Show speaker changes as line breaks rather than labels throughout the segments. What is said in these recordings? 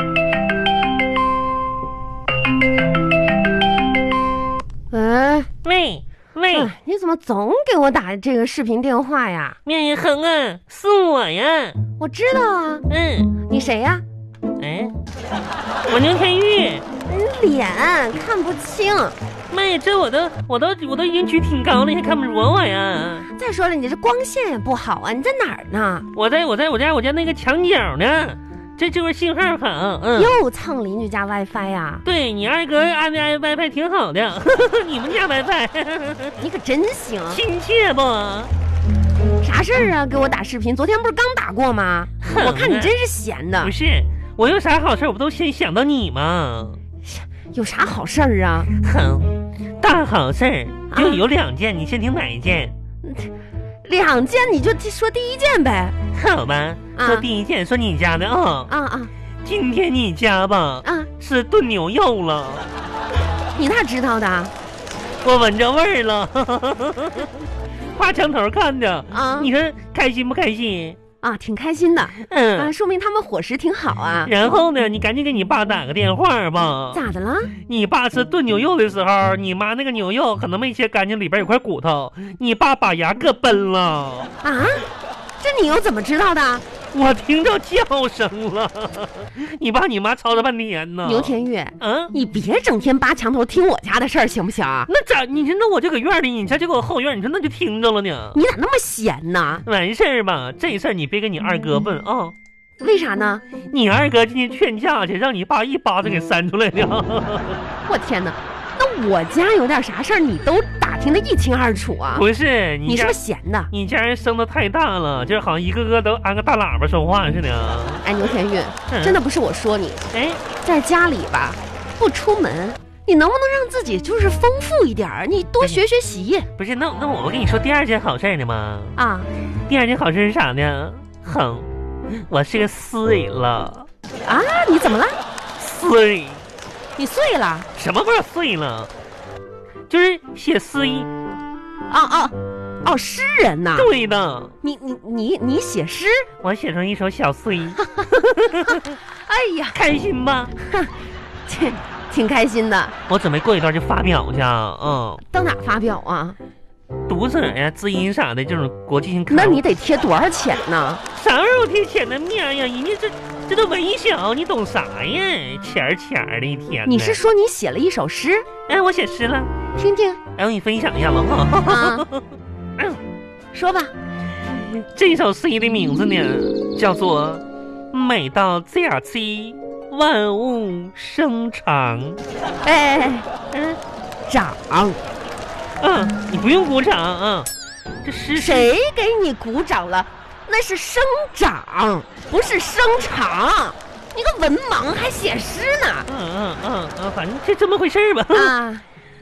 哎
哎
么总给我打这个视频电话呀？
面一哼啊，是我呀，
我知道啊，
嗯，
你谁呀、
哎，我牛天玉，
你脸看不清。
妈呀，这我都我都我都已经举挺高了，你还看不着我呀？
再说了，你这光线也不好啊，你在哪儿呢？
我在我在我家我家那个墙角呢，这这块信号好，嗯，
又蹭邻居家 WiFi 呀、
对你二哥安的 WiFi 挺好的， 你们家 WiFi
你可真行， 啊
亲切不？
啥事儿啊？给我打视频，昨天不是刚打过 吗？
哼
我看你真是闲的
不，是，我有啥好事儿我不都先想到你吗？
有啥好事儿啊？
哼，大好事儿就
啊
有两件，你先听哪一件？
两件你就说第一件呗。
好吧，
啊
说第一件，说你家的啊、
啊啊
今天你家吧
啊！
是炖牛肉了，
你咋知道的？啊
我闻着味儿了， 趴墙头看的，你说开心不开心？
啊，挺开心的啊，
嗯，
说明他们伙食挺好啊。
然后呢，你赶紧给你爸打个电话吧。
咋的了？
你爸吃炖牛肉的时候，你妈那个牛肉可能没切干净，里边有块骨头，你爸把牙硌崩了，
啊？这你又怎么知道的？
我听着叫声了。 你爸你妈吵吵半天呢。
牛，天玉，
嗯。
你别整天扒墙头听我家的事儿行不行？
那咋？你说那我就搁院里，你家就搁我后院，你说那就听着了呢。
你咋那么闲呢？
完事儿吧，这事儿你别跟你二哥问啊、
为啥呢？
你二哥今天劝架去，让你爸一巴掌给扇出来
嗯
了。
我天哪，那我家有点啥事儿你都打听的一清二楚啊？
不是你
你是
家
不是，闲的？
你家人声都太大了，就是好像一个个都安个大喇叭说话似的。
哎，牛天玉，
嗯
真的不是我说你，
哎，
在家里吧，不出门，你能不能让自己就是丰富一点儿？你多学学习
不是，那那我跟你说第二件好事呢吗？
啊！
第二件好事是啥呢？哼，我是个思雨了，
啊，你怎么了？
思雨。
你碎了？啊
什么味儿碎了？就是写诗意，
啊哦，诗人呐、
对的，
你你你你写诗？
我写成一首小诗意，
哎呀，
开心吧？
这 挺开心的。
我准备过一段就发表去啊，嗯，
到哪发表啊？
读者呀、知音啥的这种国际性刊物。
那你得贴多少钱呢？
啥玩意儿？我贴钱的面呀？人家这这都文艺小，你懂啥呀？钱儿钱儿的一天。
你是？说你写了一首诗？
哎，我写诗了，
听听
哎，我给你分享一下吧哈。
啊，说吧。
这首诗的名字呢，叫做《每到假期万物生长》。
哎哎，嗯，长，
嗯，你不用鼓掌啊。这诗
谁给你鼓掌了？那是生长，不是生长。你个文盲还写诗 呢？
嗯嗯嗯嗯，反正就这么回事儿吧。
啊，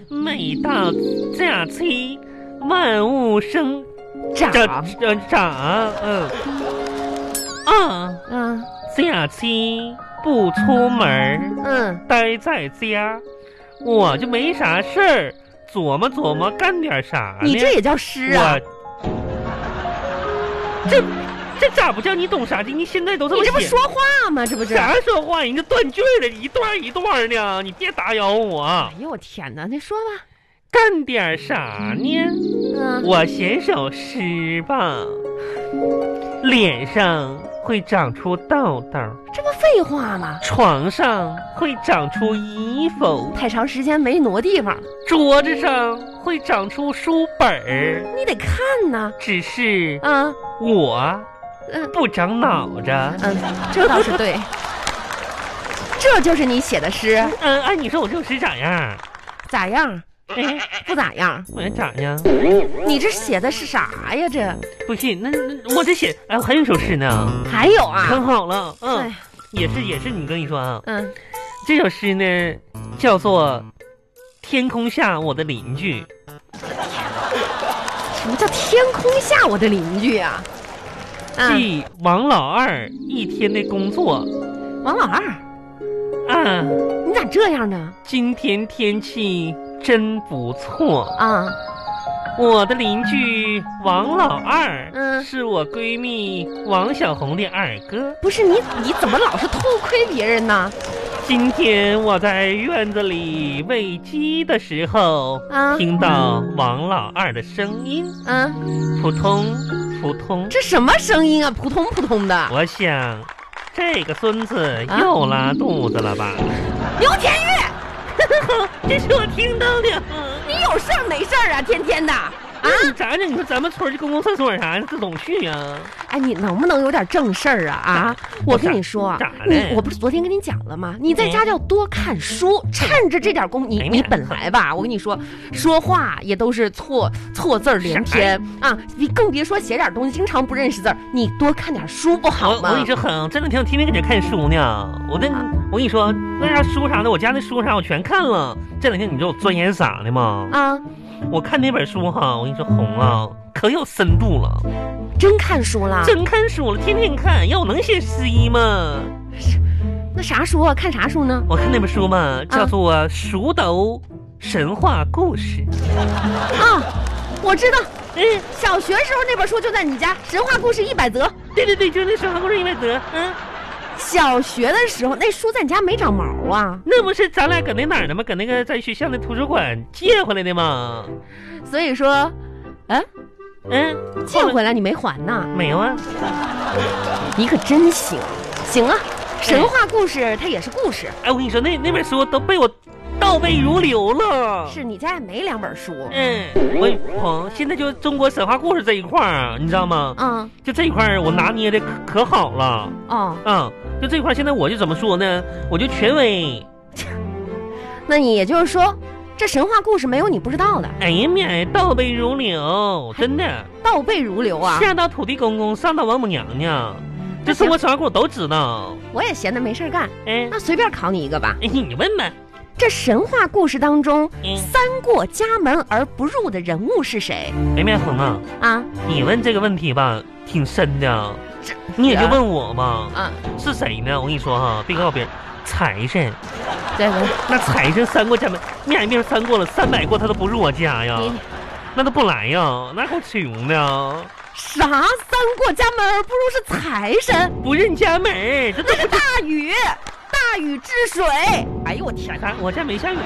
每到假期，万物生长
长，
长长。嗯啊，
嗯
假期不出门儿，
嗯，
待在家，我就没啥事儿，琢磨琢磨干点啥呢？
你这也叫诗啊？
我这这咋不叫你懂啥的？你现在都这
你
么
这不
写
说话吗？这 不是？哎
啥说话？人家断句儿了，一段儿一段儿的，你别打扰我。
呦我天哪！你说吧。
干点儿啥呢？
嗯，
我写首诗吧。脸上会长出痘痘，
这不废话吗？
床上会长出衣服，
太长时间没挪地方，
桌子上会长出书本儿。
你得看呐。
只是
啊，
我
嗯、
不长脑子。
嗯，这倒是对。 这就是你写的诗，
嗯，哎，你说我这首诗咋样？
咋样？
哎，
不咋样。
我这咋样？
你这写的是啥呀？这
不信，那那我这写，哎，我还有一首诗呢，
还有啊？
可好了，嗯。
哎，
也是也是，你跟你说啊，
嗯，
这首诗呢叫做《天空下我的邻居》。
什么叫天空下我的邻居啊？啊，
记王老二一天的工作
王老二，
啊，
你咋这样呢？
今天天气真不错。
啊，
我的邻居王老二，
嗯
是我闺蜜王小红的二哥。
不是你，你怎么老是偷窥别人呢？
今天我在院子里喂鸡的时候，
啊
听到王老二的声音，
啊，
扑通扑通。
这什么声音啊？扑通扑通的。
我想，这个孙子又拉肚子了吧？
牛田玉，
这是我听到的。
你有事儿没事儿啊？天天的啊！
哎你咋整？你说咱们村儿这公共厕所啥的，这总去啊？
哎，你能不能有点正事儿啊？啊！我跟你说啊
咋，了
你我不是昨天跟你讲了吗？你在家要多看书，趁着这点功夫，你
哎呀
你本来吧，我跟你说，说话也都是错错字儿连篇啊，你更别说写点东西，经常不认识字儿。你多看点书不
我
好
我跟
吗
你？说，很这两天我天天搁家看书呢。我那我跟你说，那啥书啥的，我家那书啥我全看了。这两天你知道我钻研啥的吗？
啊，
我看那本书哈，我跟你说，红啊，
嗯
可有深度了，
真看书啦？
真看书了，天天看。要我能写诗吗？
那啥书啊？看啥书呢？
我看那本书
嗯
嘛，叫做《蜀斗神话故事》。
啊，我知道，
嗯，
小学时候那本书就在你家，《神话故事一百则》。
对对对，就那神话故事一百则。嗯，
小学的时候，那书在你家没长毛啊，
那不是咱俩搁那哪儿的吗？搁那个在学校的图书馆借回来的吗？
所以说，哎，
嗯，
借
后来
回来你没还呢。
没有啊？
你可真行，行啊！神话故事它也是故事，
哎，我跟你说，那那本书都被我倒背如流了。
是你家也没两本书，
嗯，我我现在就中国神话故事这一块儿，啊你知道吗？
嗯
就这一块儿我拿捏的可可好了，
哦，
嗯，就这一块儿现在我就怎么说呢？我就权威。
那你也就是说，这神话故事没有你不知道的，
哎呀妈呀，倒背如流，真的，
倒背如流啊！
下到土地公公，上到王母娘娘，这中国神话故事都知道。
我也闲得没事儿干，
哎，
那随便考你一个吧。
哎，你问吧。
这神话故事当中，
嗯
三过家门而不入的人物是谁
哎呀红啊，
啊？
你问这个问题吧，挺深的，你也就问我吧，
啊，
是谁呢？我跟你说哈，别告别人，财神。
对对，
那财神三过家门，面面三过了，三百过他都不入我家呀，
你
那都不来呀，那够穷的，
啥三过家门而不入是财神？
不认家门儿，这都
那是大禹，大禹治水。哎呦我天！
啥？我家没下雨，